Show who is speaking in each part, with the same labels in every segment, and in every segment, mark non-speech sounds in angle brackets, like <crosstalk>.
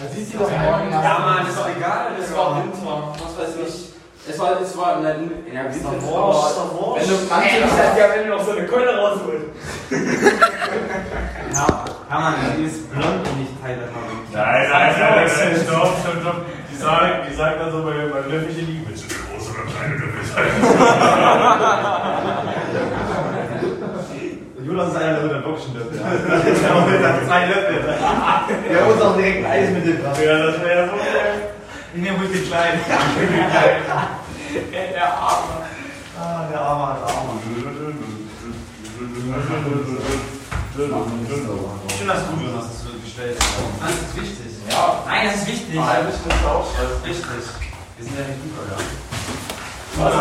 Speaker 1: Da sieht sie doch morgen nach.
Speaker 2: Ja, Mann, ist doch egal.
Speaker 1: Das
Speaker 2: Das
Speaker 1: war
Speaker 2: war
Speaker 1: Winter.
Speaker 2: Was weiß ich. Es war, es war, nein, ja, wie
Speaker 1: Star
Speaker 2: viel
Speaker 1: Wars,
Speaker 2: Wars?
Speaker 1: Star Wars.
Speaker 2: Wenn du
Speaker 3: Ey, ich
Speaker 2: Franz
Speaker 3: dachte ja, wenn du noch so eine Keule rausholst.
Speaker 2: Hermann, die ist blond und nicht Teil davon.
Speaker 4: Nein, nein, nein, nein, stopp, stopp, stopp. Die sagen, die sagen dann so bei, bei löffliche Liebe, willst du eine große oder kleine Löffel sein?
Speaker 5: Jonas ist einer, der unter Boxen dürfte. Zwei Löffel. Wir haben uns auch direkt ein Eis mitgebracht.
Speaker 4: Ja, das wäre ja so geil.
Speaker 5: Ich nehme ruhig den
Speaker 4: <laughs>
Speaker 5: Kleinen.
Speaker 3: Ey, der Arme.
Speaker 5: Ah, der arme, der arme. Schön, dass du Jonas das so gestellt hast.
Speaker 2: Das ist wichtig.
Speaker 3: Ja, nein, das ist wichtig.
Speaker 1: Halbe Stunde auch
Speaker 2: Das ist wichtig. Wir sind ja nicht übergegangen.
Speaker 5: Was?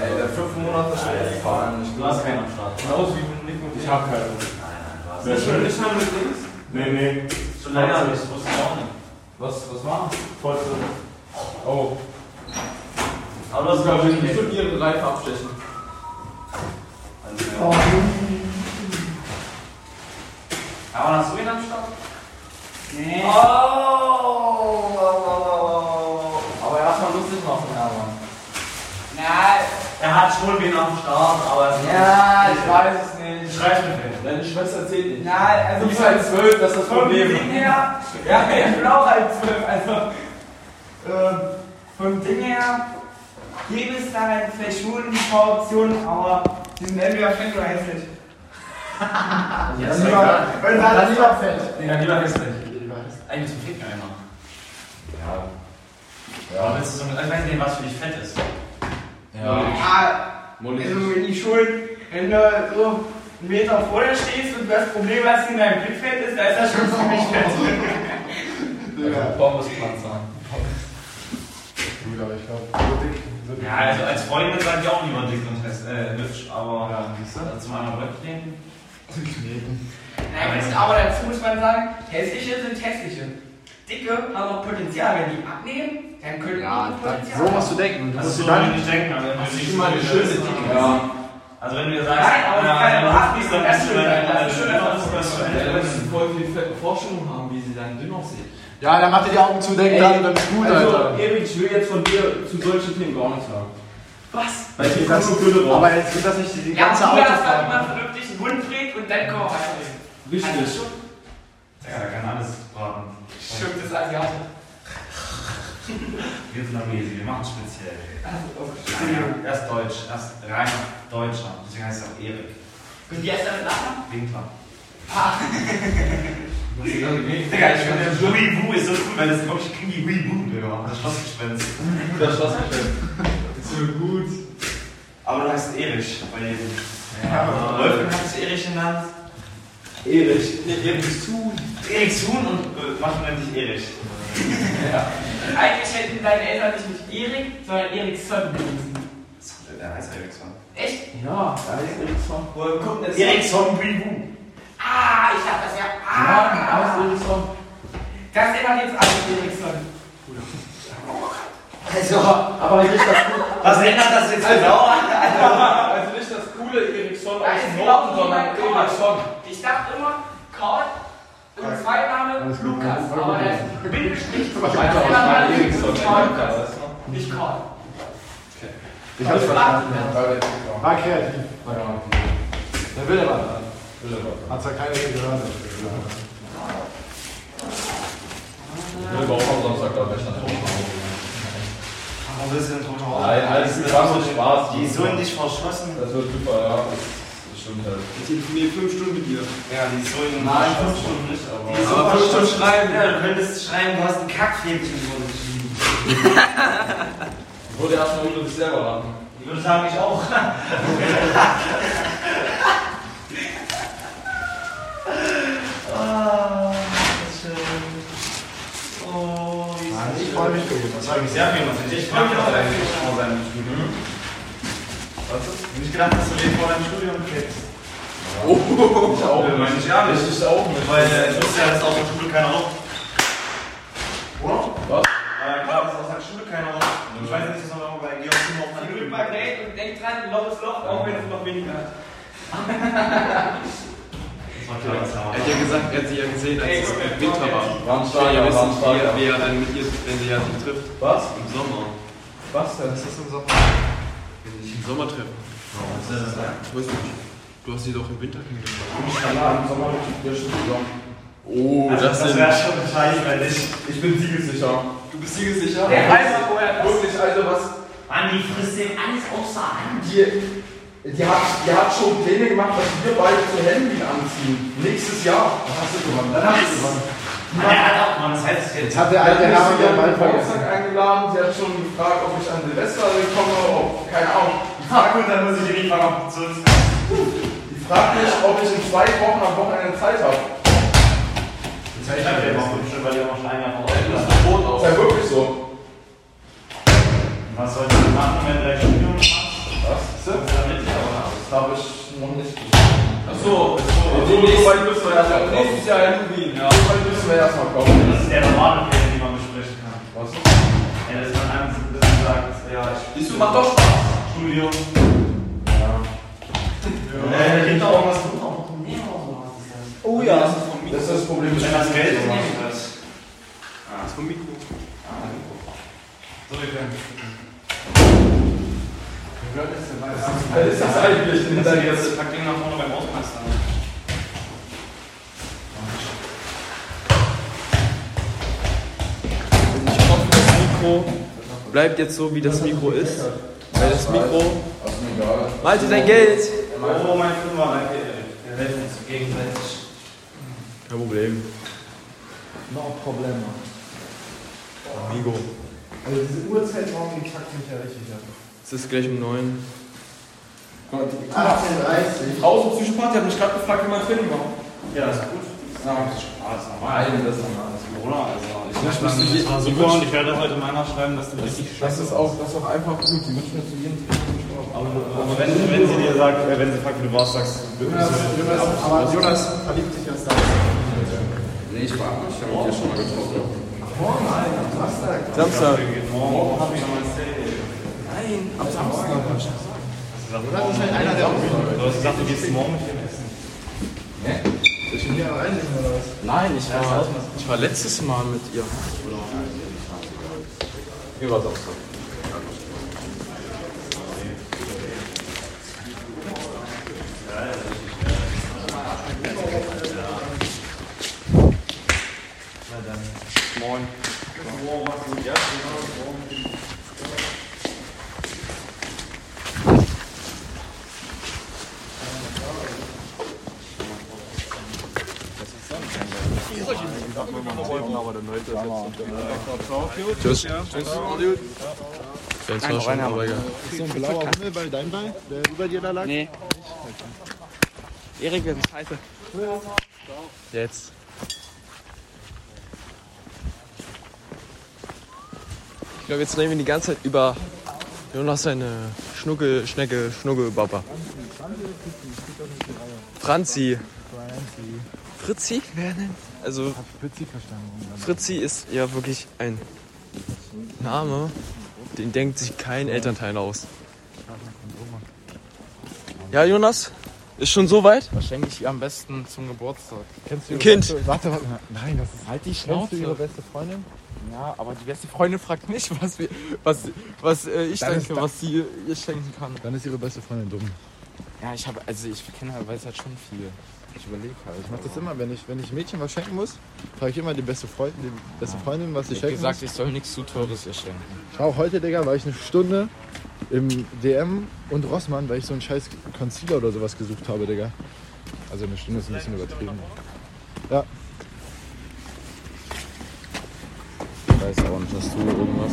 Speaker 1: Ey, der fünf Monate schon gefahren. Ich
Speaker 3: Du hast keinen am Start.
Speaker 5: Genauso wie mit Nick und
Speaker 4: Ich hab keine.
Speaker 2: Nein,
Speaker 4: Sehr schön.
Speaker 2: Nicht mal mit links?
Speaker 4: Nee, nee.
Speaker 3: Schon lange habe ich das wusste ich auch nicht.
Speaker 1: Was, was war?
Speaker 4: Fortse. Oh.
Speaker 3: Aber du hast glaube ich
Speaker 1: Ich
Speaker 3: nicht.
Speaker 1: würde ihre Reifen abstechen.
Speaker 3: Aber hast du ihn am Start? Nee.
Speaker 1: Oh, Aber erstmal lustig machen, Hermann.
Speaker 3: Nein.
Speaker 5: Er hat schon wen am Start, aber es
Speaker 1: Ja, ich weiß es nicht.
Speaker 5: Schreib mir den.
Speaker 1: Deine Schwester zählt nicht.
Speaker 3: Nein,
Speaker 1: Du
Speaker 3: also
Speaker 1: bist halt zwölf, das ist das
Speaker 3: vom
Speaker 1: Problem.
Speaker 3: Ding her. Ja, ich bin auch halt zwölf. Also ähm, vom Ding her gäbe es da halt vielleicht schon ein paar Optionen, aber die sind entweder fett oder hässlich.
Speaker 1: Ja,
Speaker 3: ist egal.
Speaker 1: wenn dann lieber fett.
Speaker 3: Ja, lieber hässlich. Eigentlich zum Ficken einmal.
Speaker 1: Ja.
Speaker 3: Aber
Speaker 1: Ja.
Speaker 3: willst du so, also ich weiß nicht, was für dich fett ist.
Speaker 1: Ja.
Speaker 2: Ah,
Speaker 1: Molly.
Speaker 3: wenn die Schulen, wenn du so einen Meter vor dir stehst und das Problem hast, in deinem Blickfeld ist, da ist das schon ziemlich fett.
Speaker 1: Also, Pommespflanzer.
Speaker 4: Bruder, ich glaub, so dick. So dick.
Speaker 3: Ja, also als Freundin sagt ja auch niemand dick und fest, äh, hübsch, aber
Speaker 4: Ja, siehst du?
Speaker 3: Also zum anderen Röckchen.
Speaker 2: Nein,
Speaker 3: das-
Speaker 2: aber dazu Ah, also muss man sagen, hässliche sind hässliche. Dicke haben auch Potenzial. Wenn die abnehmen, dann können die
Speaker 6: Ja,
Speaker 2: auch
Speaker 6: da,
Speaker 2: Potenzial
Speaker 6: so musst
Speaker 2: haben.
Speaker 6: du denken. Du
Speaker 3: Das
Speaker 6: musst
Speaker 3: Also
Speaker 6: dir
Speaker 3: so würde ich
Speaker 6: dann
Speaker 3: nicht denken, aber wenn du nicht
Speaker 1: mal eine
Speaker 3: so
Speaker 1: schöne
Speaker 3: bist,
Speaker 1: Dicke. Ja.
Speaker 3: Also wenn du dir sagst,
Speaker 2: Nein, aber
Speaker 3: na,
Speaker 2: das kann ja
Speaker 3: wenn
Speaker 2: auch
Speaker 3: du bist,
Speaker 2: nicht
Speaker 3: dann bist du
Speaker 2: so sein.
Speaker 3: dann
Speaker 2: Das ist
Speaker 3: bist du
Speaker 2: schon
Speaker 1: Ja,
Speaker 3: dann bist du
Speaker 1: da
Speaker 3: dann
Speaker 1: müssen sie voll viel Fe- Vorstellungen haben, wie sie dann dünn aussehen.
Speaker 6: Ja, dann mach dir die Augen zu, denk
Speaker 1: Ey,
Speaker 6: dran und dann ist gut,
Speaker 7: also,
Speaker 6: Alter.
Speaker 1: Erik, ich will jetzt von dir zu solchen Themen gar nichts haben.
Speaker 2: Was?
Speaker 4: Weil ich jetzt nur Gülle drauf.
Speaker 6: Aber jetzt wird das nicht die, die
Speaker 2: Ja,
Speaker 6: ganze
Speaker 2: früher hast du halt
Speaker 6: Autofahrt.
Speaker 2: immer vernünftig einen Hund dreht und dann kommen wir rein.
Speaker 1: Richtig.
Speaker 2: Also,
Speaker 3: Ja, da kann alles braten.
Speaker 2: Stimmt, das ist Asiate.
Speaker 3: Vietnamese, wir machen speziell.
Speaker 2: Also,
Speaker 3: Nein, Erst Deutsch, erst rein Deutscher. Deswegen heißt es auch Erik.
Speaker 2: Und jetzt damit nachher?
Speaker 3: Winkler. Digga, ich finde
Speaker 1: Das
Speaker 3: Louis Wu ist so cool, weil das wirklich King Louis Wu, Digga. Das Schlossgespenst.
Speaker 1: Schloss gestellt. So gut.
Speaker 3: Aber du heißt Erich bei jedem.
Speaker 1: Ja.
Speaker 3: Wolfgang hat es Erich genannt.
Speaker 1: Erich.
Speaker 3: Erich Thun. Erich Thun und äh, Macho nennt dich Erich.
Speaker 2: Eigentlich hätten deine Eltern dich nicht Erik, sondern Eriksson gelesen.
Speaker 3: Der heißt Ericsson.
Speaker 2: Echt?
Speaker 1: Ja, da ist Erik Song.
Speaker 2: Woher kommt das?
Speaker 3: Ericsson Bibu.
Speaker 2: Ah, ich dachte, das wäre.
Speaker 1: Ja,
Speaker 2: Ah,
Speaker 1: da ist Erik Song.
Speaker 2: das nennt man jetzt alle Eriksson.
Speaker 1: Also, aber nicht das Coole,
Speaker 3: Was ändert das jetzt genau an?
Speaker 1: also nicht das coole Erik Song aus dem Norden, sondern Erik Song.
Speaker 2: Ich dachte immer, Karl und Zweitname Lukas. Aber der ist Bindestrich. Das nennt
Speaker 1: Einfach aus
Speaker 2: man
Speaker 1: meinem
Speaker 2: alle
Speaker 1: Erik Song.
Speaker 2: Karl Lukas. Nicht Karl.
Speaker 6: Ich
Speaker 7: Also,
Speaker 6: hab's verstanden. ja. War kreativ.
Speaker 1: Der will aber dran. Will aber dran.
Speaker 6: Hat's ja keiner hier gehört.
Speaker 1: Will aber auch am Samstag, glaube ich, dann.
Speaker 3: Warum willst du denn tote Hause?
Speaker 1: Nein, alles gut, war so Spaß.
Speaker 3: Die ist so in dich verschlossen.
Speaker 1: Das wird super, ja. Das stimmt halt.
Speaker 3: Ja, die ist so in
Speaker 1: Nein, fünf
Speaker 3: verschlossen.
Speaker 1: Stunden nicht, aber.
Speaker 3: Die ist so
Speaker 1: Aber fünf Stunden
Speaker 3: verschlossen. Schreiben. Ja, du könntest schreiben, du hast ein Kackfähnchen vor dir geschrieben.
Speaker 1: Wurde erstmal über sich selber lachen.
Speaker 3: Ich würde sagen, ich auch. ah, das ist schön. Oh, wie
Speaker 6: Mann, ich freue mich für ihn.
Speaker 3: Das habe ich sehr viel für dich. Ich mag das eigentlich vor seinem Studium. Was ist? Ich hab nicht gedacht, dass du den vor deinem Studium kriegst.
Speaker 1: Ich auch
Speaker 3: Ja, meine ich ja nicht.
Speaker 1: Ich auch nicht.
Speaker 3: Weil äh, ich wusste ja, dass aus der Schule keiner raucht. Oder?
Speaker 1: Was?
Speaker 3: Äh, klar, dass aus der Schule keiner raucht. Ich weiß nicht, dass man bei Georg Zimmer auf
Speaker 2: Null Magnet und denk dran, ein laues Loch, auch wenn es noch weniger hat.
Speaker 3: Das
Speaker 1: Warnsteiger,
Speaker 5: Er hat ja gesagt, er hat sie ja gesehen, als es im Winter war. Ja, wir wissen,
Speaker 1: Warnsteiger.
Speaker 5: wie, wie er dann mit ihr, wenn sie ja sie trifft,
Speaker 1: Was?
Speaker 5: im Sommer.
Speaker 1: Was denn?
Speaker 5: ist im Sommer? Wenn sie sich im Sommer treffen. Ich weiß nicht. Du hast sie doch im Winter kennengelernt.
Speaker 1: Ich kann da im Sommer mit dir schon zusammen.
Speaker 5: Oh, das, sind.
Speaker 3: wäre Also, schon wahrscheinlich, wenn ich.
Speaker 1: Also, Ich bin siegelsicher.
Speaker 5: Du bist siegesicher?
Speaker 2: Ja.
Speaker 1: Also, wirklich, also was.
Speaker 2: Mann, die frisst dem alles außer an.
Speaker 1: Die, die, hat, die hat schon Pläne gemacht, dass wir beide zu Halloween anziehen. Nächstes Jahr. Dann hast du gewonnen. Dann hast du gewonnen.
Speaker 2: Mann, der hat auch, Mann, das heißt jetzt.
Speaker 1: Jetzt hat der
Speaker 7: alte Herr wieder bald vergessen.
Speaker 1: Geburtstag eingeladen. Sie hat schon gefragt, ob ich an Silvester komme. Ob, keine Ahnung.
Speaker 3: Na gut, dann muss ich die nicht machen. So ist es.
Speaker 1: Die fragt mich, ob ich in zwei Wochen am Wochenende Zeit habe.
Speaker 3: Ich hab ja noch schon, weil ich auch schon ein Jahr vorbei
Speaker 5: Rot
Speaker 1: Ist ja wirklich so.
Speaker 3: Was soll ich denn machen, wenn du dein Studium machst?
Speaker 1: Was?
Speaker 3: Das ist ja mit dir, oder?
Speaker 1: Das habe ich noch nicht Also gesehen.
Speaker 5: Achso,
Speaker 1: So weit müssen wir erstmal kommen.
Speaker 5: nächstes Jahr Halloween, ja.
Speaker 1: So weit müssen wir erstmal kommen.
Speaker 3: Das ist der normale Fehler, den man besprechen kann.
Speaker 1: Was?
Speaker 3: Ja, dass man einem so ein bisschen sagt, ja, ich
Speaker 5: Siehst du, macht doch Spaß.
Speaker 3: Studium.
Speaker 1: Ja.
Speaker 3: Äh, gibt auch was gut auch.
Speaker 5: Oh ja. Das ist vom
Speaker 1: Also Das ist das Problem.
Speaker 3: Wenn das Geld ist,
Speaker 1: ist.
Speaker 3: macht das. Ah,
Speaker 5: Das ist vom Mikro.
Speaker 3: So, wir können.
Speaker 1: Wer ist das eigentlich?
Speaker 3: Wenn das jetzt packt den nach vorne beim Hausmeister.
Speaker 5: Ich hoffe, das Mikro bleibt jetzt so, wie das Mikro ist. Weil das Mikro.
Speaker 1: Ist mir egal.
Speaker 5: Malte, dein Geld!
Speaker 3: Oh, mein Fünfer, danke. Wir helfen uns gegenseitig.
Speaker 5: Kein Problem.
Speaker 7: No problema.
Speaker 5: Amigo.
Speaker 7: Also diese Uhrzeitraum, die kackt mich ja richtig an.
Speaker 5: Es ist gleich um 9.
Speaker 1: Guck mal, die-
Speaker 7: 18.30
Speaker 5: Außen zu Sport, ihr habt mich gerade gefragt, wie mein Film war.
Speaker 3: Ja, das ist gut. Spaß, normal.
Speaker 1: Nein, das ist alles.
Speaker 3: Corona, also. Ich muss
Speaker 5: Das muss ich-
Speaker 3: das war super und ich werde heute meiner schreiben, dass du richtig
Speaker 1: Das ist auch, das ist auch einfach gut. Die wünschen mir zu jedem Zeitpunkt.
Speaker 3: Aber, aber wenn, wenn sie dir sagt, äh, wenn sie fragt, wie du warst, sagst du wirklich so.
Speaker 7: Aber Jonas verliebt sich erst da.
Speaker 1: Nee, ich war ich habe mich ja schon mal getroffen.
Speaker 7: Morgen, Alter, Samstag.
Speaker 5: Samstag.
Speaker 3: Morgen hab ich noch mal ein Steak.
Speaker 5: Nein, am Samstag.
Speaker 3: Oder ist halt einer, der auch Du hast gesagt, du gehst morgen mit dem Essen.
Speaker 7: Ich bin hier rein, oder was?
Speaker 5: Nein, ich war, ich war letztes Mal mit ihr. Wie war das Moin. Tschüss. Tschüss. Jetzt war schon, aber egal.
Speaker 2: Erik wird scheiße.
Speaker 5: Jetzt. Ich glaube, jetzt reden wir die ganze Zeit über Jonas seine Schnucke, Schnecke, Schnucke, Papa. Franzi. Fritzi? Wer denn? Also. Fritzi ist ja wirklich ein Name, den denkt sich kein Elternteil aus. Ja, Jonas? Ist schon so weit?
Speaker 1: Was schenke ich ihr am besten zum Geburtstag? Kennst du
Speaker 5: Ein Kind.
Speaker 1: Warte, warte. Nein, das ist halt die Schnauze. Kennst du ihre beste Freundin? Ja, aber die beste Freundin fragt nicht, was, wir, was, was äh, ich denke, was sie ihr schenken kann.
Speaker 8: Dann ist ihre beste Freundin dumm.
Speaker 1: Ja, ich habe, also ich kenne halt, weiß halt schon viel. Ich überlege halt.
Speaker 8: Ich mach das immer, wenn ich, wenn ich Mädchen was schenken muss, frage ich immer die beste, Freund, die beste Freundin, was sie
Speaker 1: Ich habe
Speaker 8: schenken
Speaker 1: gesagt, ich soll nichts zu teures ihr schenken.
Speaker 8: muss. Schau, heute, Digga, war ich eine Stunde im DM und Rossmann, weil ich so einen scheiß Concealer oder sowas gesucht habe, Digga. Also eine Stunde ist ein bisschen übertrieben. Ja.
Speaker 1: Ich weiß auch nicht, hast du irgendwas?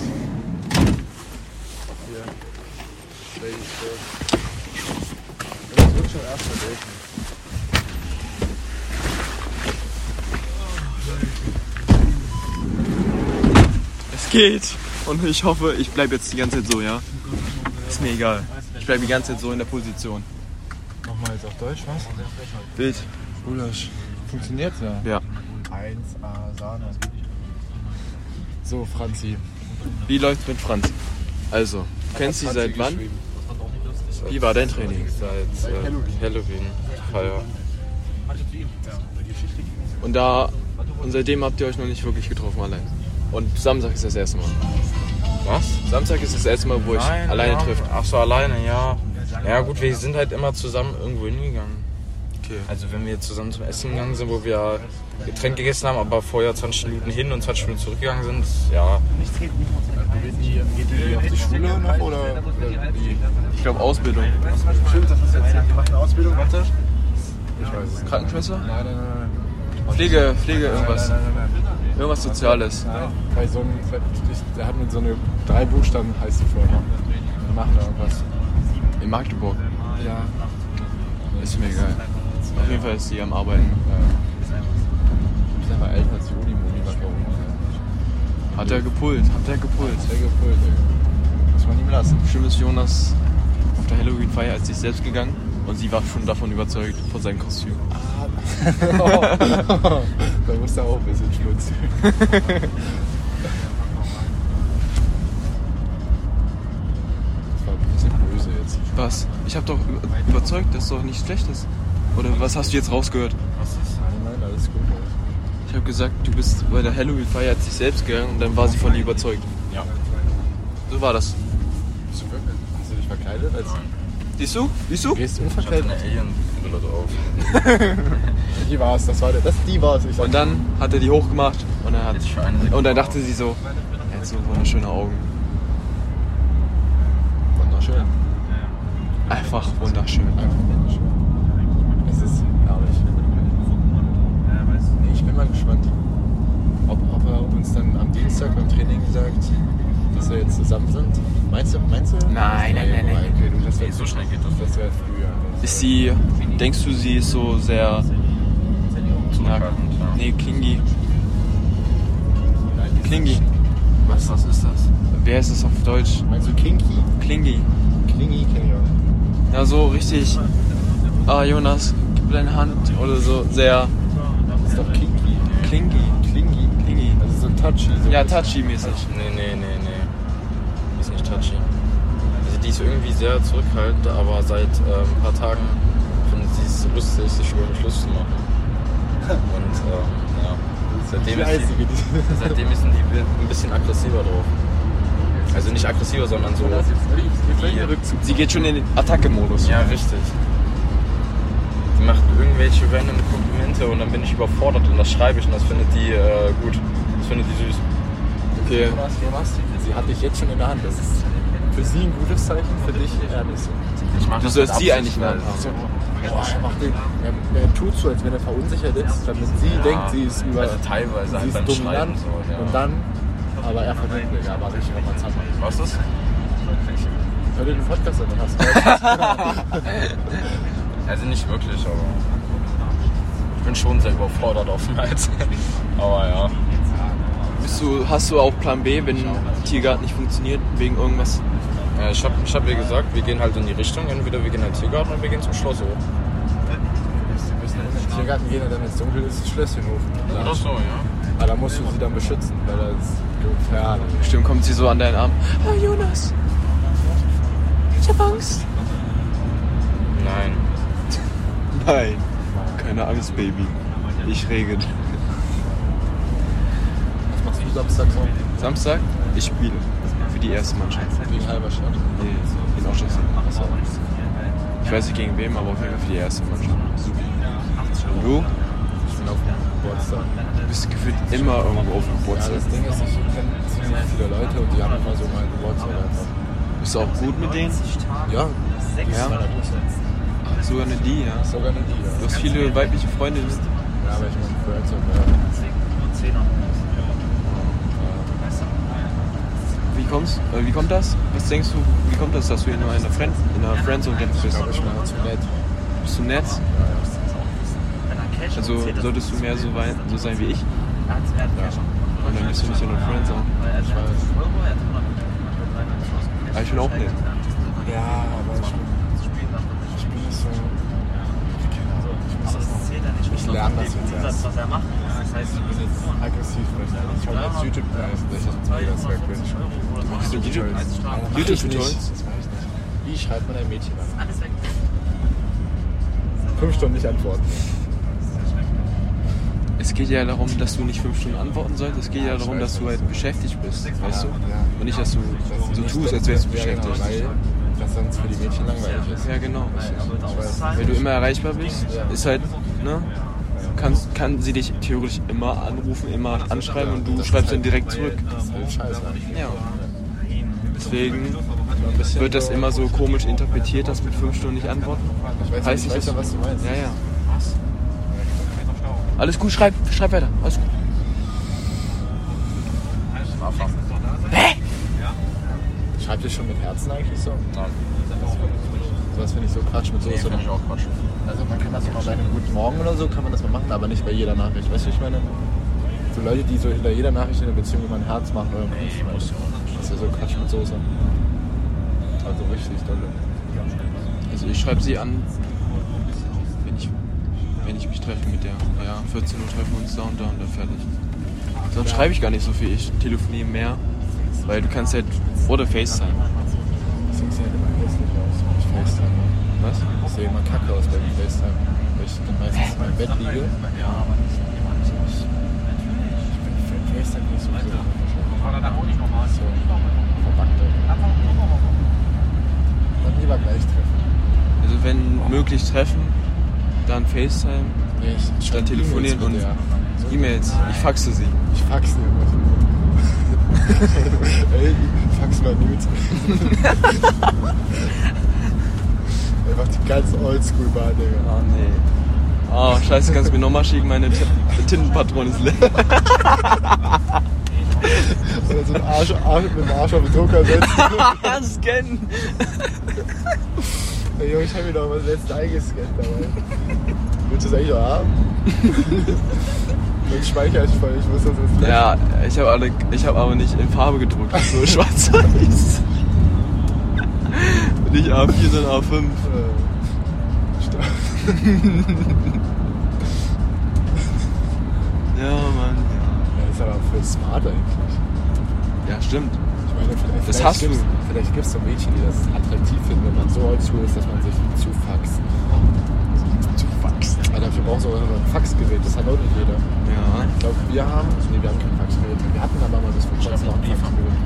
Speaker 8: Das wird schon erstmal daten.
Speaker 5: Es geht. Und ich hoffe, ich bleibe jetzt die ganze Zeit so, ja? Ist mir egal. Ich bleibe die ganze Zeit so in der Position.
Speaker 8: Nochmal jetzt auf Deutsch, was?
Speaker 5: Bild.
Speaker 8: Gulasch. Funktioniert's ja?
Speaker 5: Ja.
Speaker 8: 1A Sahne. So, Franzi.
Speaker 5: Wie läuft's mit Franz? Also, du kennst sie seit wann? Wie war dein Training?
Speaker 1: Seit äh, Halloween. Feier.
Speaker 5: Und da und seitdem habt ihr euch noch nicht wirklich getroffen allein. Und Samstag ist das erste Mal.
Speaker 9: Was?
Speaker 5: Samstag ist das erste Mal, wo ich alleine
Speaker 9: ja.
Speaker 5: trifft.
Speaker 9: Ach so, alleine, ja. Ja gut, wir sind halt immer zusammen irgendwo hingegangen.
Speaker 5: Okay.
Speaker 9: Also wenn wir zusammen zum Essen gegangen sind, wo wir Getränk gegessen haben, aber vorher 20 Minuten hin und 20 Minuten zurückgegangen sind, ja.
Speaker 8: Geht die auf die Schule noch oder?
Speaker 5: Ich glaube Ausbildung.
Speaker 8: Stimmt, das ist jetzt hier. Die macht eine Ausbildung, warte. Ich weiß es.
Speaker 5: Krankenschwester?
Speaker 8: Nein, nein, nein,
Speaker 5: Pflege, Pflege irgendwas.
Speaker 8: nein, nein, nein.
Speaker 5: Irgendwas Soziales.
Speaker 8: Nein, bei so einem, ich, der hat nur so eine drei Buchstaben heißt die Firma. Die machen da irgendwas.
Speaker 5: In Magdeburg.
Speaker 8: Ja.
Speaker 5: Ist mir egal. Auf jeden Fall ist die am Arbeiten.
Speaker 8: Ich bin aber älter als Juli, Moni war vor uns.
Speaker 5: Hat er gepult, hat er gepult.
Speaker 8: Sehr gefüllt, ey. Muss man ihm lassen.
Speaker 5: Bestimmt ist Jonas auf der Halloween-Feier als sich selbst gegangen und sie war schon davon überzeugt, von seinem Kostüm.
Speaker 8: Ah.
Speaker 5: <laughs>
Speaker 8: da muss er auch ein bisschen schmutzen. Das war ein bisschen böse jetzt.
Speaker 5: Was? Ich hab doch über- überzeugt, dass es doch nicht schlecht ist. Oder was hast du jetzt rausgehört?
Speaker 8: Nein, nein, alles gut. ey.
Speaker 5: Ich habe gesagt, du bist bei der Halloween-Feier als dich selbst gegangen und dann war sie von dir überzeugt.
Speaker 9: Ja.
Speaker 5: So war das.
Speaker 8: Bist du wirklich? Hast du dich verkleidet? Als
Speaker 5: Siehst du? Siehst du?
Speaker 8: du gehst
Speaker 9: Ich hatte
Speaker 8: unverkleidet.
Speaker 9: eine Alien-Brille drauf.
Speaker 8: Die war's, das war der. Das, die war's. Ich sag-
Speaker 5: Und dann hat er die hochgemacht und dann, hat,
Speaker 9: Jetzt schon eine Sekunde.
Speaker 5: und dann dachte sie so, er hat so wunderschöne Augen.
Speaker 8: Wunderschön.
Speaker 5: Einfach wunderschön.
Speaker 8: Einfach wunderschön. Es ist herrlich. Nee, ich bin mal gespannt, ob, ob er uns dann am Dienstag beim Training sagt, dass wir jetzt zusammen sind. Meinst du? Meinst du?
Speaker 5: Nein, nein, nein, nein.
Speaker 8: Okay, du, das wär,
Speaker 9: Nee, so schnell geht das nicht.
Speaker 8: Das wäre früher.
Speaker 5: Ist sie, denkst du, sie ist so sehr, na,
Speaker 9: Zurückhaltend, ja.
Speaker 5: nee, klingi,
Speaker 8: Nein, die-
Speaker 5: klingi.
Speaker 9: Was, was ist das?
Speaker 5: Wer ist es auf Deutsch?
Speaker 8: Meinst du Kinky?
Speaker 5: Klingi.
Speaker 8: Klingi, Klingi.
Speaker 5: Ja, so richtig. Ah, Jonas, gib deine Hand oder so. Sehr
Speaker 8: Das ist doch Kinky.
Speaker 5: klingi.
Speaker 8: Klingi.
Speaker 5: Klingi.
Speaker 8: Also so touchy. So
Speaker 5: Ja,
Speaker 8: ein bisschen.
Speaker 5: touchy-mäßig.
Speaker 9: Nee, nee, nee, nee. Die ist nicht touchy. Also die ist irgendwie sehr zurückhaltend, aber seit äh, ein paar Tagen findet sie es lustig, sich über mich lustig zu
Speaker 8: <laughs>
Speaker 9: machen. Und ähm, ja, seitdem
Speaker 8: Die
Speaker 9: ist,
Speaker 8: einzige,
Speaker 9: die,
Speaker 8: die.
Speaker 9: seitdem ist die ein bisschen aggressiver drauf. Also nicht aggressiver, sondern so.
Speaker 8: Das ist liebst. Wir kriegen
Speaker 9: Die-
Speaker 8: Rückzug.
Speaker 5: Sie geht schon in den Attacke-Modus.
Speaker 9: Ja, richtig. Die macht irgendwelche random Komplimente und dann bin ich überfordert und das schreibe ich und das findet die äh, gut. Das findet die süß.
Speaker 5: Okay.
Speaker 8: Sie hat dich jetzt schon in der Hand. Das ist für sie ein gutes Zeichen, für dich eher nicht so.
Speaker 9: Ich mach
Speaker 5: Du
Speaker 9: das
Speaker 5: sollst
Speaker 9: mit
Speaker 5: sie eigentlich
Speaker 9: Absicht,
Speaker 5: mal
Speaker 9: weil-
Speaker 5: haben.
Speaker 8: So, also, boah, er macht den. Er, er tut so, als wenn er verunsichert ist, damit sie denkt, sie ist über.
Speaker 9: also teilweise
Speaker 8: sie
Speaker 9: halt
Speaker 8: ist
Speaker 9: beim Schreiben
Speaker 8: dominant.
Speaker 9: so, ja.
Speaker 8: Und dann, aber er verdient nicht, aber richtig nochmal zappern.
Speaker 9: Was ist?
Speaker 8: Hör dir den Podcast an, dann hast du.
Speaker 9: Also nicht wirklich, aber. Ich bin schon sehr überfordert oftmals. <laughs> aber ja.
Speaker 5: Bist du, hast du auch Plan B, wenn Tiergarten nicht funktioniert, wegen irgendwas?
Speaker 9: Äh, Ich habe ich hab ihr gesagt, wir gehen halt in die Richtung. Entweder wir gehen in den Tiergarten oder wir gehen zum Schloss hoch.
Speaker 8: Wir müssen in den Tiergarten gehen und dann, wenn es dunkel ist, das Schlösschen rufen.
Speaker 9: Oder so, ja.
Speaker 8: Aber Ah, da musst du sie dann beschützen, weil das ist gefährlich.
Speaker 5: Bestimmt kommt sie so an deinen Arm. Oh, Jonas. Ich hab Angst.
Speaker 9: Nein.
Speaker 5: Nein. Keine Angst, Baby. Ich regel.
Speaker 8: Was machst du Samstag so?
Speaker 5: Samstag? Ich spiele. Für die erste Mannschaft.
Speaker 8: Gegen Halberstadt.
Speaker 5: Nee, in Oschersen. Ich weiß nicht gegen wem, aber auf jeden Fall für die erste Mannschaft. Und du?
Speaker 8: Ich bin auf dem Geburtstag.
Speaker 5: Du bist gefühlt immer irgendwo auf dem
Speaker 8: Ja,
Speaker 5: Geburtstag.
Speaker 8: das Ding ist, ich kenne ziemlich viele Leute und die haben immer so meinen Geburtstag einfach.
Speaker 5: Bist du auch gut mit denen?
Speaker 8: Ja, die
Speaker 5: Ja.
Speaker 8: ist meiner Größe.
Speaker 5: Sogar eine die, ja.
Speaker 8: Sogar eine die, ja.
Speaker 5: Du hast viele weibliche Freundinnen.
Speaker 8: Ja, aber ich meine, Friends und äh,
Speaker 5: Wie, kommst, äh, wie kommt das? Was denkst du, wie kommt das, dass du in einer, Friend, in einer Friendzone jetzt bist?
Speaker 8: glaube ich mal zu nett.
Speaker 5: Also Bist du nett? Also solltest du mehr so, wei- so sein wie ich? Und dann bist du nicht in einer Friendzone. Aber ich bin auch nett.
Speaker 8: Ja, aber ich bin, ich bin nicht so. Ich lerne das jetzt erst. Aggressiv vielleicht. Ich habe jetzt YouTube-Preis, das ist das wäre cringe.
Speaker 5: Machst du YouTube?
Speaker 8: YouTube-Tutorials?
Speaker 5: YouTube-Tutorials?
Speaker 8: Das weiß ich nicht. Wie schreibt man ein Mädchen an? Fünf Stunden nicht antworten.
Speaker 5: es geht ja darum, dass du nicht fünf Stunden antworten sollst, es geht ja darum, dass du halt beschäftigt bist, weißt du? Und nicht, dass du so tust, als wärst du beschäftigt.
Speaker 9: Weil das sonst für die Mädchen langweilig ist.
Speaker 5: Ja, genau. Weil du immer erreichbar bist, ist halt, ne? Kannst, kann sie dich theoretisch immer anrufen, immer anschreiben und du schreibst
Speaker 8: halt
Speaker 5: dann direkt zurück.
Speaker 9: Das ist halt scheiße.
Speaker 5: Ja. Deswegen wird das immer so komisch interpretiert, dass mit fünf Stunden nicht antworten.
Speaker 9: Ich weiß,
Speaker 5: Heißt
Speaker 9: ich
Speaker 5: nicht,
Speaker 9: weiß ja,
Speaker 5: dass-
Speaker 9: was du meinst.
Speaker 5: Ja, ja. Alles gut, schreib, schreib weiter. Alles gut.
Speaker 9: Schreibt ihr schon mit Herzen eigentlich so? Nein. Sowas finde ich so Quatsch, mit sowas finde ich auch Quatsch. Also man kann das auch mal bei einem guten Morgen oder so, kann man das mal machen, aber nicht bei jeder Nachricht. Weißt du, ich meine, so Leute, die so hinter jeder Nachricht in der Beziehung immer ein Herz machen oder nee, muss Das ist ja so Quatsch mit Soße. Also richtig dolle.
Speaker 5: Also ich schreibe sie an, wenn ich, wenn ich mich treffe mit der. Ja, 14 Uhr treffen wir uns da und da und da fertig. Sonst schreibe ich gar nicht so viel. Ich telefoniere mehr, weil du kannst halt vor der FaceTime.
Speaker 9: Das sieht halt immer hässlich aus, wenn ich FaceTime mache.
Speaker 5: Was?
Speaker 9: Ich sehe immer kacke aus beim FaceTime, weil ich dann meistens in meinem Bett liege. Ja, aber ich bin für FaceTime nicht so gut. So, verpackt. halt. Dann lieber gleich treffen.
Speaker 5: Also wenn möglich treffen, dann FaceTime,
Speaker 9: Nee, ich schreib
Speaker 5: dann telefonieren
Speaker 9: E-Mails
Speaker 5: und
Speaker 9: mit der.
Speaker 5: E-Mails. Ich faxe sie.
Speaker 9: Ich fax dir was. Ey, fax mal Nudes. Einfach die ganz oldschool-Bahn, Digga.
Speaker 5: Oh nee. Oh, scheiße, kannst du mir nochmal schicken, meine T- Tintenpatron ist leer.
Speaker 9: <laughs> Oder so ein Arsch, Arsch mit dem Arsch auf den Drucker setzen.
Speaker 5: Scannen!
Speaker 9: Ey, Junge, ich hab mir doch was letztes eingescannt dabei. Willst du das eigentlich auch haben? Mein Speicher ist voll, ich muss das jetzt löschen.
Speaker 5: Ja, ich habe alle, ich habe aber nicht in Farbe gedruckt, so <laughs> schwarz-weiß. nicht A4, sondern A5.
Speaker 9: Äh, Sta-
Speaker 5: Ja, Mann.
Speaker 9: Ja, ist aber voll smart eigentlich.
Speaker 5: Ja, stimmt.
Speaker 9: Ich meine, vielleicht,
Speaker 5: Das
Speaker 9: vielleicht
Speaker 5: hast du.
Speaker 9: gibt's, Vielleicht gibt es so Mädchen, die das attraktiv finden, wenn man so oldschool ist, dass man sich zufaxt. Zufaxt. Aber dafür brauchst du auch noch ein Faxgerät, das hat auch nicht jeder.
Speaker 5: Ja.
Speaker 9: Ich glaube, wir haben. Nee, wir haben kein Faxgerät. Wir hatten aber mal bis vor kurzem noch ein Faxgerät.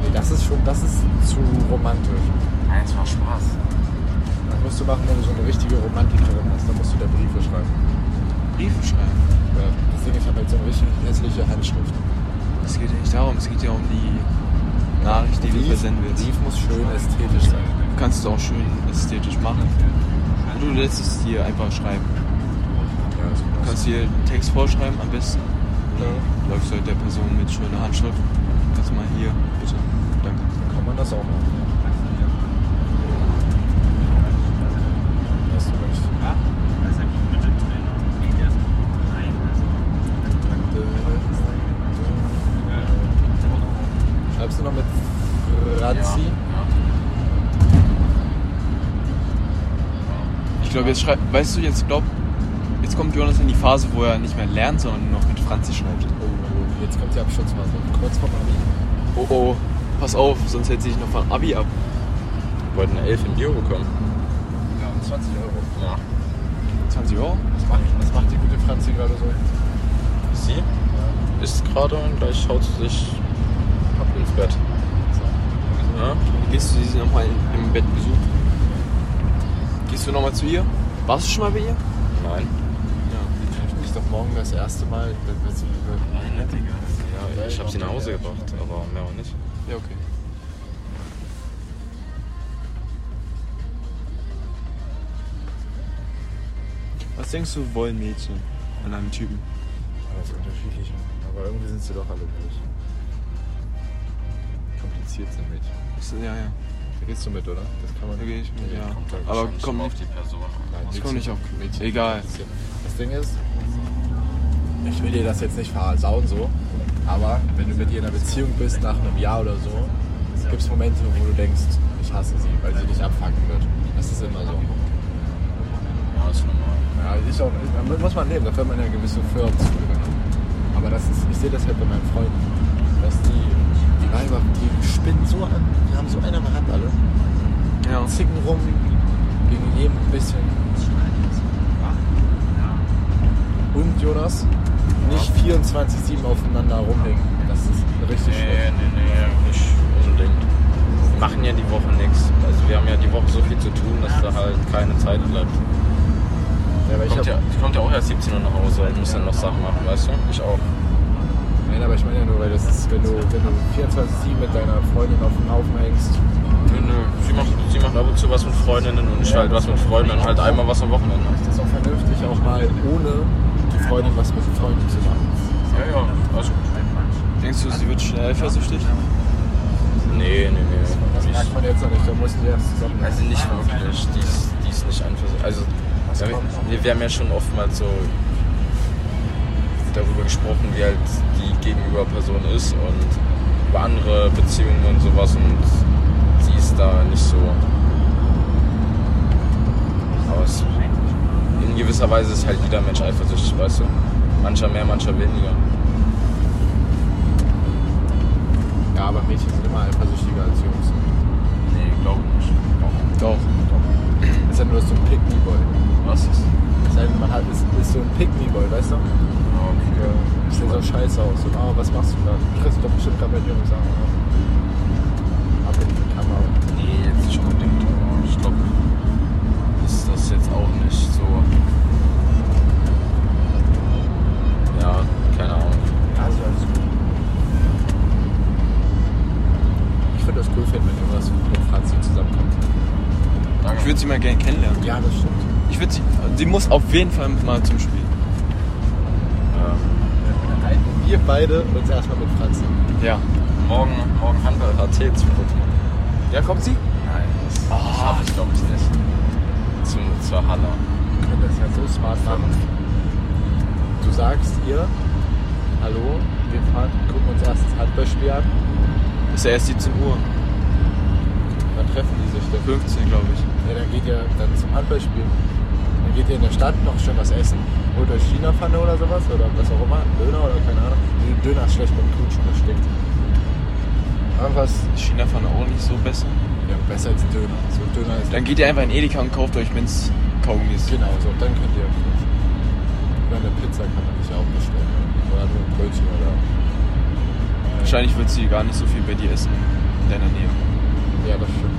Speaker 9: Nee, das ist schon, das ist zu romantisch.
Speaker 2: Nein, es war Spaß.
Speaker 9: Das musst du machen, wenn du so eine richtige Romantikerin bist. Dann musst du da Briefe schreiben.
Speaker 5: Briefe schreiben.
Speaker 9: Ja. Das Ding, ich habe halt so eine richtig hässliche Handschrift.
Speaker 5: Es geht ja nicht darum, es geht ja um die Nachricht, die du versenden willst.
Speaker 9: Brief muss schön ästhetisch sein.
Speaker 5: Kannst du auch schön ästhetisch machen. Und du lässt es dir einfach schreiben.
Speaker 9: Ja, das
Speaker 5: Du kannst dir einen Text vorschreiben am besten. Und dann läufst du halt der Person mit schöner Handschrift. Kannst du mal hier, bitte. Danke.
Speaker 9: kann man das auch machen. Hast du recht. Schreibst du noch mit Razzi?
Speaker 5: Ich glaube, jetzt schreibt, weißt du, jetzt glaub, jetzt kommt Jonas in die Phase, wo er nicht mehr lernt, sondern nur noch mit Franzi schreibt.
Speaker 9: Oh, oh, jetzt kommt die Absturzphase. Kurz vor Abi.
Speaker 5: Oh oh, pass auf, sonst hält sie dich noch von Abi ab.
Speaker 9: Wir wollten eine 11 in die Euro bekommen. Ja, um 20 Euro.
Speaker 5: 20 Euro?
Speaker 9: Was, macht, was macht die gute Franzi gerade so?
Speaker 6: Sie ist gerade und gleich schaut sie sich ab ins Bett. Ja?
Speaker 5: Gehst du sie nochmal im Bett besuchen? Gehst du nochmal zu ihr? Warst du schon mal bei ihr?
Speaker 6: Nein.
Speaker 9: Die trifft mich doch morgen das erste Mal. wenn wir sie über-
Speaker 6: Ja, ich habe sie nach Hause gebracht, aber mehr auch nicht.
Speaker 5: Ja, okay. Was denkst du, wollen Mädchen an einem Typen?
Speaker 9: Alles unterschiedlich. Aber irgendwie sind sie doch alle gleich. Kompliziert sind Mädchen.
Speaker 5: Ja, ja,
Speaker 9: Da gehst du mit, oder? Das kann man
Speaker 5: da gehe ich mit,
Speaker 9: Nee,
Speaker 5: ja.
Speaker 9: kommt halt
Speaker 5: Aber
Speaker 9: wahrscheinlich
Speaker 5: komm
Speaker 9: immer
Speaker 5: nicht.
Speaker 9: die Person. an. Nein,
Speaker 5: Das
Speaker 9: nix.
Speaker 5: kommt nicht auf
Speaker 9: Mädchen.
Speaker 5: Egal.
Speaker 9: Das Ding ist, ich will dir das jetzt nicht versauen so, aber wenn du mit ihr in einer Beziehung bist nach einem Jahr oder so, gibt es Momente, wo du denkst, ich hasse sie, weil sie dich abfacken wird. Das ist immer so. Ja, ist normal. Ja, ist auch, damit muss man leben, da fällt man ja gewisse Firmen zu. Aber das ist, ich sehe das halt bei meinen Freunden, dass die, die Weiber, die spinnen so an, die haben so eine am Hand alle
Speaker 5: Ja.
Speaker 9: zicken rum gegen jeden ein bisschen. und Jonas, nicht 24-7 aufeinander rumhängen. Das ist richtig
Speaker 5: Nee, nee, nee, nicht unbedingt. Wir machen ja die Woche nichts. Also wir haben ja die Woche so viel zu tun, dass da halt keine Zeit bleibt.
Speaker 9: schlecht. Ja, aber ich
Speaker 5: Kommt
Speaker 9: hab,
Speaker 5: ja, ich kommt ja auch erst 17 Uhr nach Hause und muss dann noch Sachen machen, weißt du? Ich auch.
Speaker 9: Nein, aber ich meine ja nur, weil das ist, wenn du, wenn du 24-7 mit deiner Freundin auf dem Haufen hängst.
Speaker 5: Nö, nö. Sie macht, sie macht ab und zu was mit Freundinnen und ich halt was mit Freunden und halt einmal was am Wochenende.
Speaker 9: ist das auch vernünftig, auch mal ohne die Freundin was mit den Freunden zu machen.
Speaker 5: Ja, ja. Also,
Speaker 10: Denkst du, sie wird schnell eifersüchtig?
Speaker 5: nee, nee, nee.
Speaker 9: Das
Speaker 5: Die
Speaker 9: merkt
Speaker 5: ist-
Speaker 9: man jetzt noch nicht, da mussten wir erst zusammen.
Speaker 5: Also nicht wirklich. Die ist, die ist nicht eifersüchtig. Also, wir, haben- wir, wir haben ja schon oftmals so darüber gesprochen, wie halt die Gegenüberperson ist und über andere Beziehungen und sowas und sie ist da nicht so. Aber es, in gewisser Weise ist halt jeder Mensch eifersüchtig, weißt du? Mancher mehr, mancher weniger.
Speaker 9: Ja, aber Mädchen sind immer eifersüchtiger als Jungs.
Speaker 5: Nee, glaube nicht.
Speaker 9: Doch. Das ist ja nur so ein Pick-Me-Boy.
Speaker 5: Was ist?
Speaker 9: Das heißt, man hat, ist, ist so ein Pick-Me-Boy, weißt du?
Speaker 5: Okay.
Speaker 9: Ich sehe so scheiße aus. Und, oh, was machst du da? Du triffst doch bestimmt gerade bei dir und sagen, ja. Ab in die Kamera.
Speaker 5: Nee, jetzt nicht unbedingt. aber Ich glaube, ist das jetzt auch nicht so. Ja, keine Ahnung.
Speaker 9: Also alles gut. Ich finde das cool, wenn man irgendwas mit Franzi zusammenkommt.
Speaker 10: Ich würde sie mal gerne kennenlernen.
Speaker 9: Ja, das stimmt.
Speaker 10: Ich würde sie. Sie muss auf jeden Fall mal zum Spiel.
Speaker 5: Ja.
Speaker 9: Halten wir beide uns erstmal mit Franzi.
Speaker 10: Ja.
Speaker 5: Morgen, morgen haben wir HT zum Rücken.
Speaker 9: Ja, kommt sie?
Speaker 5: Nein, das
Speaker 10: Ah.
Speaker 5: schaffe ich glaube ich nicht. Zum, zur Halle.
Speaker 9: Wir können das ja so smart machen. Du sagst ihr, hallo, wir fahren, gucken uns erst das Handballspiel an,
Speaker 10: Ist ja erst 17 Uhr.
Speaker 9: dann treffen die sich dann.
Speaker 10: 15, glaube ich.
Speaker 9: Ja, dann geht ihr dann zum Handballspiel. Dann geht ihr in der Stadt noch schön was essen. Holt euch China-Pfanne oder sowas oder was auch immer. einen Döner oder keine Ahnung. Nee, Döner ist schlecht beim Knutschen, das stinkt. Irgendwas
Speaker 10: China fand auch nicht so besser.
Speaker 9: ja, besser als Döner. So Döner ist
Speaker 10: Dann geht ihr einfach in Edeka und kauft euch Minz Kaugummis.
Speaker 9: genau so. Dann könnt ihr Oder eine Pizza kann man sich auch bestellen. Oder nur ein Brötchen oder.
Speaker 10: Wahrscheinlich wird sie gar nicht so viel bei dir essen in deiner Nähe.
Speaker 9: Ja, das stimmt.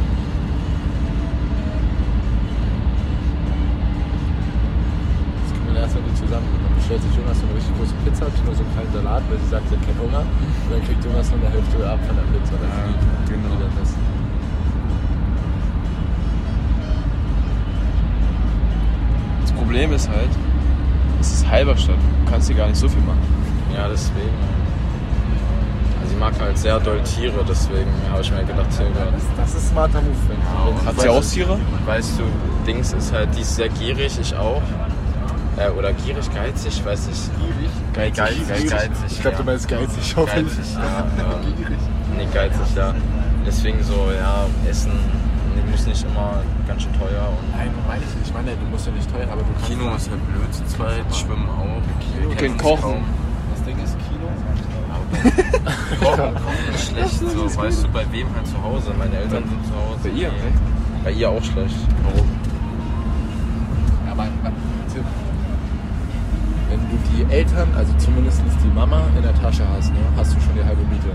Speaker 9: Das können wir erst, wenn die zusammen sind. Dann bestellt sich Jonas so eine richtig große Pizza, hat nur so einen kleinen Salat, weil sie sagt, sie hat keinen Hunger. Und dann kriegt Jonas nur eine Hälfte ab von der Pizza. Das
Speaker 10: Ja,
Speaker 9: ist wie-
Speaker 10: genau.
Speaker 9: wie das ist.
Speaker 10: Das Problem ist halt, es ist Halberstadt. Du kannst hier gar nicht so viel machen.
Speaker 5: Ja, deswegen. Also ich mag halt sehr doll Tiere, deswegen habe ich mir gedacht, hier gehört.
Speaker 9: Das, das ist smarter Move, wenn wenn-
Speaker 10: Hat sie auch Tiere?
Speaker 5: Weißt du, Dings ist halt, die ist sehr gierig, ich auch. Äh, oder gierig, geizig, weiß ich. Gierig? Geizig, geizig. geizig
Speaker 9: Ich glaube, du
Speaker 5: ja.
Speaker 9: meinst geizig, hoffe ich.
Speaker 5: Geizig, ja. Ähm, nee, geizig, ja. Deswegen so, ja, Essen nee, muss nicht immer ganz schön teuer. Und
Speaker 9: Nein, meine ich nicht. Ich meine, du musst ja nicht teuer, aber du kannst.
Speaker 5: Kino ist halt blöd zu zweit, Schwimmen auch.
Speaker 10: Wir können kochen.
Speaker 9: Das Ding ist halt Kino.
Speaker 5: <laughs> Kochen, kochen ist schlecht, so, weißt du, bei wem halt zu Hause? Meine Eltern sind zu Hause.
Speaker 10: Bei ihr,
Speaker 5: Nee.
Speaker 10: ne?
Speaker 5: Bei ihr auch schlecht. Warum?
Speaker 9: Ja, aber aber- Tipp. Wenn du die Eltern, also zumindest die Mama in der Tasche hast, ne, hast du schon die halbe Miete.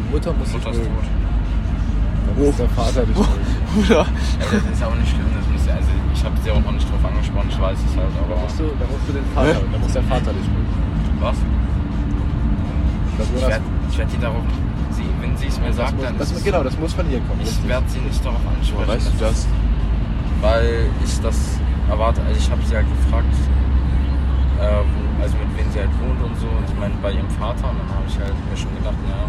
Speaker 9: Die Mutter muss
Speaker 5: Mutter
Speaker 9: dich
Speaker 5: ist tot.
Speaker 9: mögen. Dann muss der
Speaker 5: <laughs>
Speaker 9: Vater dich mögen.
Speaker 10: Oder?
Speaker 5: Also, das ist auch nicht schlimm, das muss ja, also ich habe sie auch noch nicht drauf angesprochen, ich weiß es halt,
Speaker 9: Da
Speaker 5: aber
Speaker 9: musst du, da musst du den Vater, da muss der Vater dich mögen.
Speaker 5: was?
Speaker 9: Ich glaub,
Speaker 5: Ich
Speaker 9: Jonas-
Speaker 5: werde werd die darauf, sie, wenn sie es mir
Speaker 9: das
Speaker 5: sagt,
Speaker 9: muss,
Speaker 5: dann
Speaker 9: das,
Speaker 5: ist,
Speaker 9: genau, das muss von ihr kommen.
Speaker 5: ich
Speaker 9: richtig.
Speaker 5: werde sie nicht darauf ansprechen.
Speaker 10: Weißt du das?
Speaker 5: Weil ich das erwarte, also ich habe sie halt gefragt, äh, wo- also mit wem sie halt wohnt und so, und ich meine bei ihrem Vater, und dann habe ich halt mir schon gedacht, naja,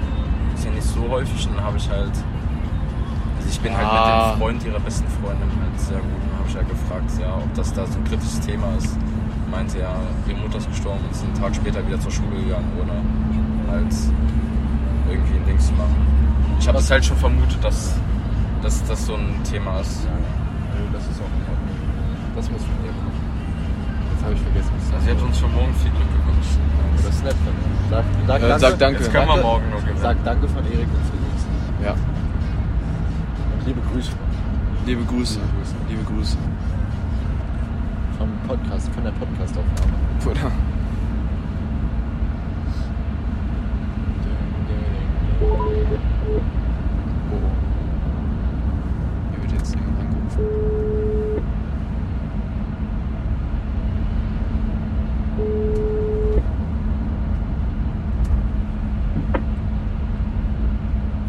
Speaker 5: ist ja nicht so häufig, und dann habe ich halt, also ich bin halt
Speaker 10: Ah.
Speaker 5: mit dem Freund ihrer besten Freundin halt sehr gut, und dann habe ich halt gefragt, ja, ob das da so ein kritisches Thema ist. Meinte ja, ihre Mutter ist gestorben und ist einen Tag später wieder zur Schule gegangen, ohne halt irgendwie ein Ding zu machen. Ich habe es halt schon vermutet, dass, dass das so ein Thema ist.
Speaker 9: Nö, das ist auch in Ordnung. Das muss von ihr kommen. Jetzt habe ich vergessen, was
Speaker 5: Also sie hat uns für morgen viel Glück gewünscht.
Speaker 9: das ist nett von ihr. Sag, sag,
Speaker 10: Äh,
Speaker 9: danke.
Speaker 10: sag danke.
Speaker 5: Jetzt können wir morgen noch gewinnen.
Speaker 9: Sag danke von Erik und Felix.
Speaker 10: Ja.
Speaker 9: Und liebe Grüße.
Speaker 10: Liebe Grüße. Liebe Grüße.
Speaker 9: vom Podcast, von der Podcastaufnahme.
Speaker 5: Oder?
Speaker 9: Oh.
Speaker 5: Hier wird jetzt jemand angerufen.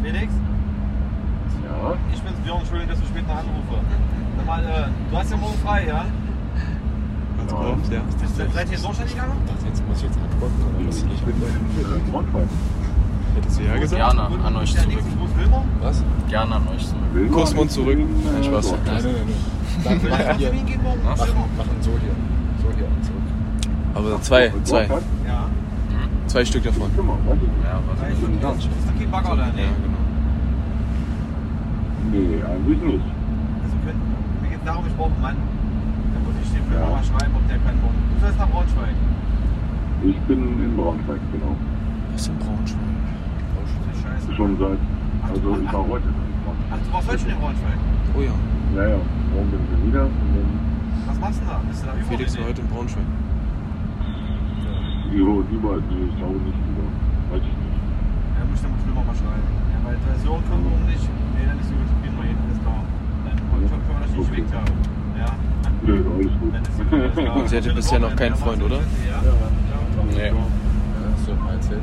Speaker 10: Felix,
Speaker 9: Ja.
Speaker 10: ich bin's Björn, entschuldige, dass ich später anrufe. Sag mal, äh, du hast ja morgen frei, ja?
Speaker 5: Ganz prompt, ja.
Speaker 10: Bist du- Seid ihr so schnell gegangen?
Speaker 3: Dachte, jetzt muss ich jetzt antworten oder muss ich nicht antworten?
Speaker 5: Hättest du ja gesagt?
Speaker 3: Gerne an euch
Speaker 10: Der
Speaker 3: zurück.
Speaker 10: nächste Gruß Wilmer?
Speaker 9: Was?
Speaker 3: Gerne an euch zurück.
Speaker 5: Kussmund zurück.
Speaker 3: Nein, Spaß.
Speaker 9: Nein, nein, nein. nein. Dann
Speaker 10: Willst du
Speaker 9: machen
Speaker 10: nach
Speaker 9: wir
Speaker 10: Termin gehen morgen? Wilmer?
Speaker 9: machen, machen so hier. So hier und so.
Speaker 5: Aber zwei, zwei.
Speaker 10: Ja.
Speaker 5: Zwei Stück davon.
Speaker 3: Ja, warte.
Speaker 10: Ist okay, Bagger oder? Nee.
Speaker 5: Ja, genau.
Speaker 10: Also können, mir geht's darum, ich brauche einen Mann. Da muss ich dem Wilmer mal schreiben, ob der kann morgen. Du sollst nach Braunschweig.
Speaker 11: Ich bin in Braunschweig, genau.
Speaker 5: Was ist denn Braunschweig?
Speaker 10: Das ist scheiße.
Speaker 11: Schon seit, also ich war heute in Braunschweig.
Speaker 10: Ach, du warst heute schon in Braunschweig.
Speaker 5: Oh ja,
Speaker 11: Ja, ja, morgen bin ich wieder. Und
Speaker 10: Was machst du denn da? Bist du da überall?
Speaker 5: Felix war heute in Braunschweig.
Speaker 11: dann, jo, lieber, nee, ich glaube nicht lieber. Weiß ich nicht.
Speaker 10: Ja, muss ich dem Wilmer mal schreiben. Ja, weil Version können wir morgen nicht. Nee, dann ist gut. Gehen wir hin, alles klar. Dann können wir das nicht geweckt haben. Ja.
Speaker 11: Nö, alles gut.
Speaker 10: Dann ist gut, alles klar.
Speaker 5: Und sie hatte bisher noch keinen Freund, oder?
Speaker 10: Ja.
Speaker 3: Nee,
Speaker 9: Ja, hast du mal erzählt.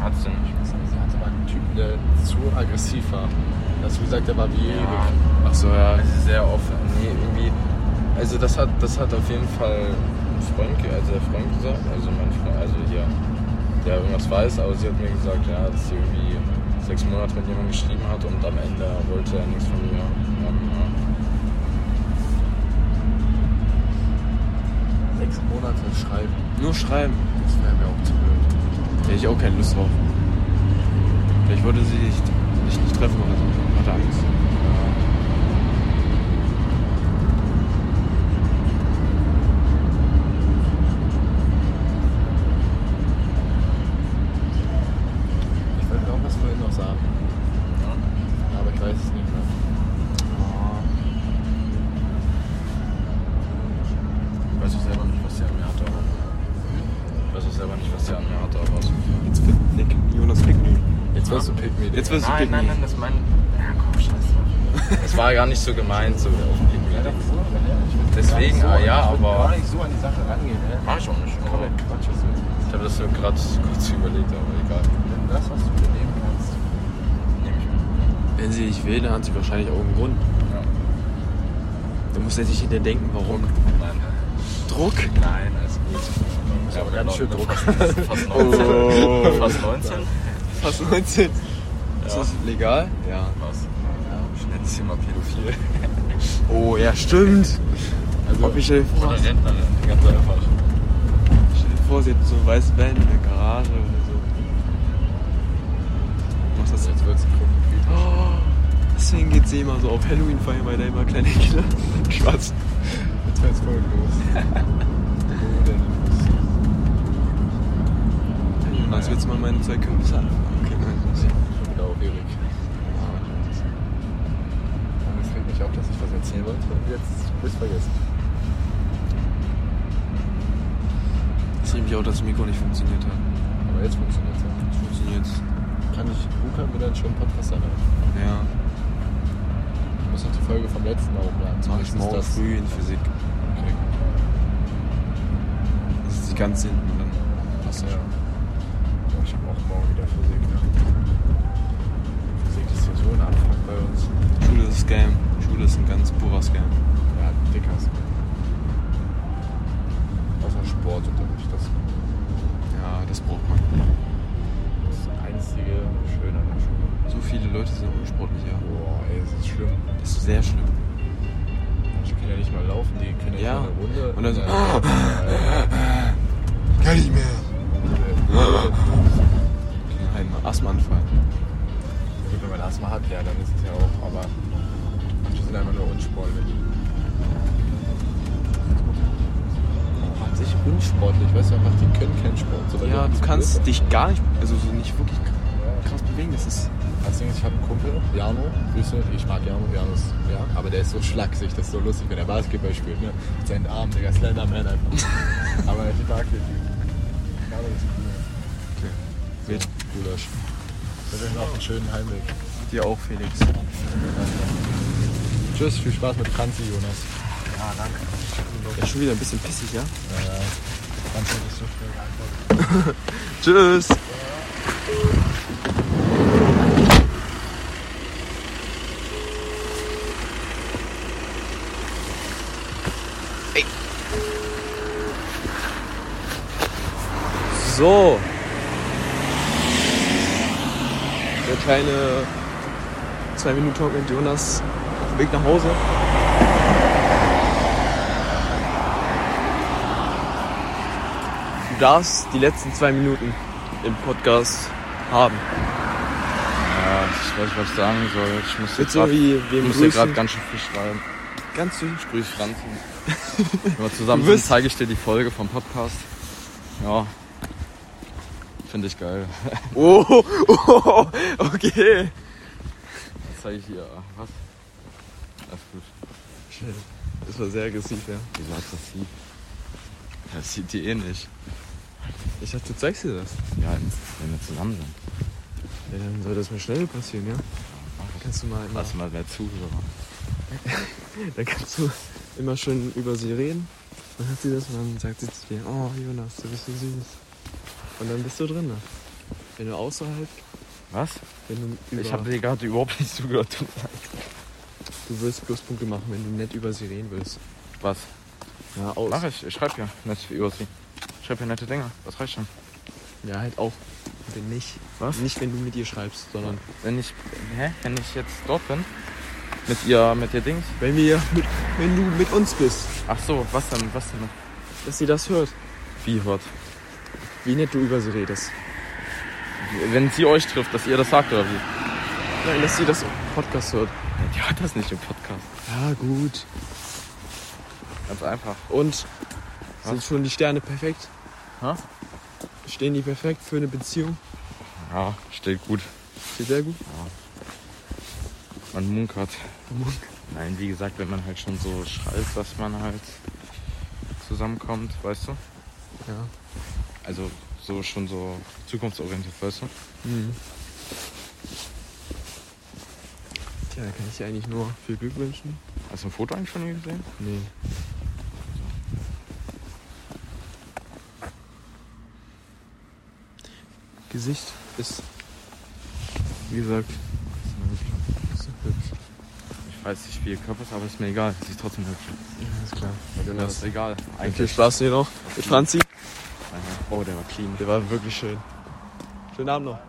Speaker 3: hat's denn nicht.
Speaker 9: Sie hatte mal einen Typen, der zu aggressiv war. Hast du gesagt, der war wie
Speaker 3: Ja. Ach so, ja, also sehr offen. Nee, irgendwie. Also das hat, das hat auf jeden Fall ein Freund, ge- also der Freund gesagt, also mein Freund, also hier, der irgendwas weiß, aber sie hat mir gesagt, ja, dass sie irgendwie sechs Monate mit jemandem geschrieben hat und am Ende wollte er nichts von mir. haben, ja.
Speaker 9: sechs Monate schreiben.
Speaker 5: Nur schreiben.
Speaker 9: Das wäre mir auch zu blöd.
Speaker 5: Hätte ich auch keine Lust drauf. Vielleicht wollte sie dich, dich nicht treffen oder so. Hatte Angst.
Speaker 9: Ich wollte auch was vorhin noch sagen. Aber ich weiß es nicht mehr.
Speaker 3: Ah. Ich weiß auch selber nicht, was sie an mir hatte. aber- Ich weiß auch selber nicht, was sie an mir hatte, aber so.
Speaker 5: Jetzt wird Nick, Jonas Nick.
Speaker 9: Jetzt wirst du pick me.
Speaker 5: Jetzt wirst du
Speaker 3: Nein,
Speaker 5: picken.
Speaker 3: nein, nein, das mein. Ja, komm, scheiße. Es war gar nicht so gemeint, so auf den Blick.
Speaker 9: Ja, doch, so, ja, ich will
Speaker 3: Deswegen,
Speaker 9: gar
Speaker 3: ah,
Speaker 9: nicht so,
Speaker 3: ja,
Speaker 9: ich will
Speaker 3: aber-
Speaker 9: Gar nicht so an die Sache rangehen, ne?
Speaker 3: Mach ich auch nicht.
Speaker 9: Komm, ey, Quatsch, was du jetzt.
Speaker 3: Ich habe das nur gerade kurz überlegt, aber egal.
Speaker 9: Nimm das, was du dir nehmen kannst.
Speaker 3: Nehme ich mit.
Speaker 5: Wenn sie dich will, dann hat sie wahrscheinlich auch einen Grund.
Speaker 3: Ja.
Speaker 5: Da muss er sich hinter denken, warum.
Speaker 3: Nein,
Speaker 5: Druck?
Speaker 3: nein, alles gut.
Speaker 9: aber ganz schön Druck.
Speaker 3: Fast,
Speaker 5: <laughs>
Speaker 3: fast 19.
Speaker 5: Oh.
Speaker 3: Fast 19?
Speaker 5: Fast 19. Ist das legal? Ja.
Speaker 3: Was? Ich nenne es hier mal pädophil.
Speaker 5: <laughs> Oh, ja, stimmt. Also, Ob ich stell dir vor,
Speaker 3: Oder Rentnerin, ganz einfach.
Speaker 5: stell dir vor, sie hat so ein weißes Band in der Garage oder so. Du machst das
Speaker 9: Jetzt wird's kompliziert.
Speaker 5: Oh, deswegen geht sie immer so auf Halloween feiern, weil da immer kleine Kinder. Spaß.
Speaker 9: Jetzt wird's voll los. Wo denn?
Speaker 5: Jonas, willst du mal meine zwei Kürbisse anfangen? Okay, nein, das ist
Speaker 9: Schon wieder auf Erik. Und Es regt mich auf, dass ich was erzählen wollte. Und jetzt bist du vergessen.
Speaker 5: Das riecht mich auch, dass das Mikro nicht funktioniert hat.
Speaker 9: Aber jetzt funktioniert's ja.
Speaker 5: Das funktioniert's.
Speaker 9: Kann ich Luca mir dann schon einen Podcast anhören?
Speaker 5: Ja,
Speaker 9: Ich muss noch die Folge vom letzten Mal hochladen.
Speaker 5: das mache ich
Speaker 9: Zumindest
Speaker 5: morgen
Speaker 9: das-
Speaker 5: früh in Physik.
Speaker 9: Okay.
Speaker 5: Das ist die ganz hinten dann.
Speaker 9: Passt ja. Ich habe auch morgen wieder Physik. Ne? Physik ist ja so ein Anfang bei uns.
Speaker 5: Schule ist Scam. Schule ist ein ganz purer Scam.
Speaker 9: Ja, dickers. Außer Sportunterricht, das
Speaker 5: Ja, das braucht man.
Speaker 9: ist das einzige Schöne an der Schule.
Speaker 5: So viele Leute sind unsportlich, ja.
Speaker 9: Boah, ey, das ist schlimm.
Speaker 5: Das ist sehr schlimm.
Speaker 9: Die können ja nicht mal laufen, die können
Speaker 5: Ja.
Speaker 9: ja, nicht mal eine Runde.
Speaker 5: Und dann so, ah.
Speaker 9: Äh, äh, Äh,
Speaker 5: Ein Asthmaanfall.
Speaker 9: Gut, wenn man Asthma hat, ja, dann ist es ja auch, aber manche sind einfach nur unsportlich. Auch an sich unsportlich, weißt du einfach, die können keinen Sport. So, weil
Speaker 5: Ja,
Speaker 9: die-
Speaker 5: du kannst dich gar nicht, also so nicht wirklich
Speaker 9: Ja, ja. krass bewegendes ist.
Speaker 12: Das Ding ist, ich habe einen Kumpel, Jano, Grüße, ich mag Jano, Jano ist, ja, aber der ist so schlaksig, das ist so lustig, wenn er Basketball spielt, ne? Mit seinen Armen, Digga, Slenderman einfach.
Speaker 9: <laughs>
Speaker 12: aber ich mag den Typen. Jano ist cool.
Speaker 9: Wild.
Speaker 12: So, Gulasch. Wir wünschen auch einen schönen Heimweg.
Speaker 9: Dir auch, Felix.
Speaker 12: Tschüss, viel Spaß mit Franzi, Jonas. Ja, danke.
Speaker 9: Ja, schon wieder ein bisschen pissig, ja?
Speaker 12: Äh, Franzi hat das so schnell geantwortet.
Speaker 9: Tschüss. So. Der kleine 2 Minuten Talk mit Jonas auf dem Weg nach Hause. Du darfst die letzten zwei Minuten im Podcast haben.
Speaker 5: Ja, ich weiß nicht, was ich sagen soll. Ich muss
Speaker 9: Wird
Speaker 5: jetzt
Speaker 9: so
Speaker 5: grad-
Speaker 9: wie wir
Speaker 5: ich muss ja gerade
Speaker 9: grüßen.
Speaker 5: ganz schön viel schreiben.
Speaker 9: Ganz süß.
Speaker 5: Grüß Franzi. <laughs> Wenn wir zusammen
Speaker 9: Du
Speaker 5: sind,
Speaker 9: wirst-
Speaker 5: zeige ich dir die Folge vom Podcast. Ja. Finde ich geil.
Speaker 9: Oh, <laughs> oh, okay.
Speaker 5: Das zeige ich dir. Was? Alles gut.
Speaker 9: Das war sehr aggressiv, ja.
Speaker 5: Wieso hat das sie? Das sieht die eh nicht.
Speaker 9: Ich dachte, du zeigst dir das.
Speaker 5: Ja, wenn wir zusammen sind.
Speaker 9: Ja, dann soll das mal schnell passieren, ja? Kannst du mal immer,
Speaker 5: Lass mal mehr Zuhörer.
Speaker 9: dann kannst du immer schön über sie reden. Dann hat sie das und dann sagt sie zu dir, oh Jonas, du bist so süß. Und dann bist du drin. ne? Wenn du außerhalb,
Speaker 5: Was?
Speaker 9: wenn du über,
Speaker 5: Ich habe dir gerade überhaupt nicht zugehört. tut mir leid.
Speaker 9: du wirst Pluspunkte machen, wenn du nett über sie reden willst.
Speaker 5: Was?
Speaker 9: Ja, aus.
Speaker 5: Mach ich. Ich schreibe ja nett über sie. Ich schreibe ja nette Dinge. Das reicht schon.
Speaker 9: Ja, halt auch. Wenn nicht.
Speaker 5: Was?
Speaker 9: Nicht, wenn du mit ihr schreibst, sondern
Speaker 5: Wenn ich, hä? Wenn ich jetzt dort bin? Mit ihr, mit ihr Dings?
Speaker 9: wenn wir, mit, wenn du mit uns bist,
Speaker 5: Ach so, was denn, was denn?
Speaker 9: dass sie das hört.
Speaker 5: Wie hört?
Speaker 9: Wie nett du über sie redest.
Speaker 5: Wenn sie euch trifft, dass ihr das sagt oder wie?
Speaker 9: Nein, dass sie das im Podcast hört.
Speaker 5: Die hört das nicht im Podcast.
Speaker 9: Ja, gut.
Speaker 5: Ganz einfach.
Speaker 9: Und sind schon die Sterne perfekt?
Speaker 5: Hä?
Speaker 9: Stehen die perfekt für eine Beziehung?
Speaker 5: Ja, steht gut.
Speaker 9: Steht sehr gut.
Speaker 5: Man munkert. Nein, wie gesagt, wenn man halt schon so schreit, dass man halt zusammenkommt, weißt du?
Speaker 9: Ja.
Speaker 5: Also so schon so zukunftsorientiert, weißt du?
Speaker 9: Hm. Tja, da kann ich dir eigentlich nur viel Glück wünschen.
Speaker 5: Hast du Also, ein Foto eigentlich von ihr gesehen?
Speaker 9: Nee. Gesicht ist, wie gesagt, so hübsch.
Speaker 5: Ich weiß nicht, wie ihr Körper ist, aber ist mir egal. Sie ist trotzdem hübsch.
Speaker 9: Alles klar.
Speaker 5: Das ist egal.
Speaker 9: Viel Spaß dir noch mit Franzi.
Speaker 5: Oh, der war clean.
Speaker 9: Der war wirklich schön. Schönen Abend noch.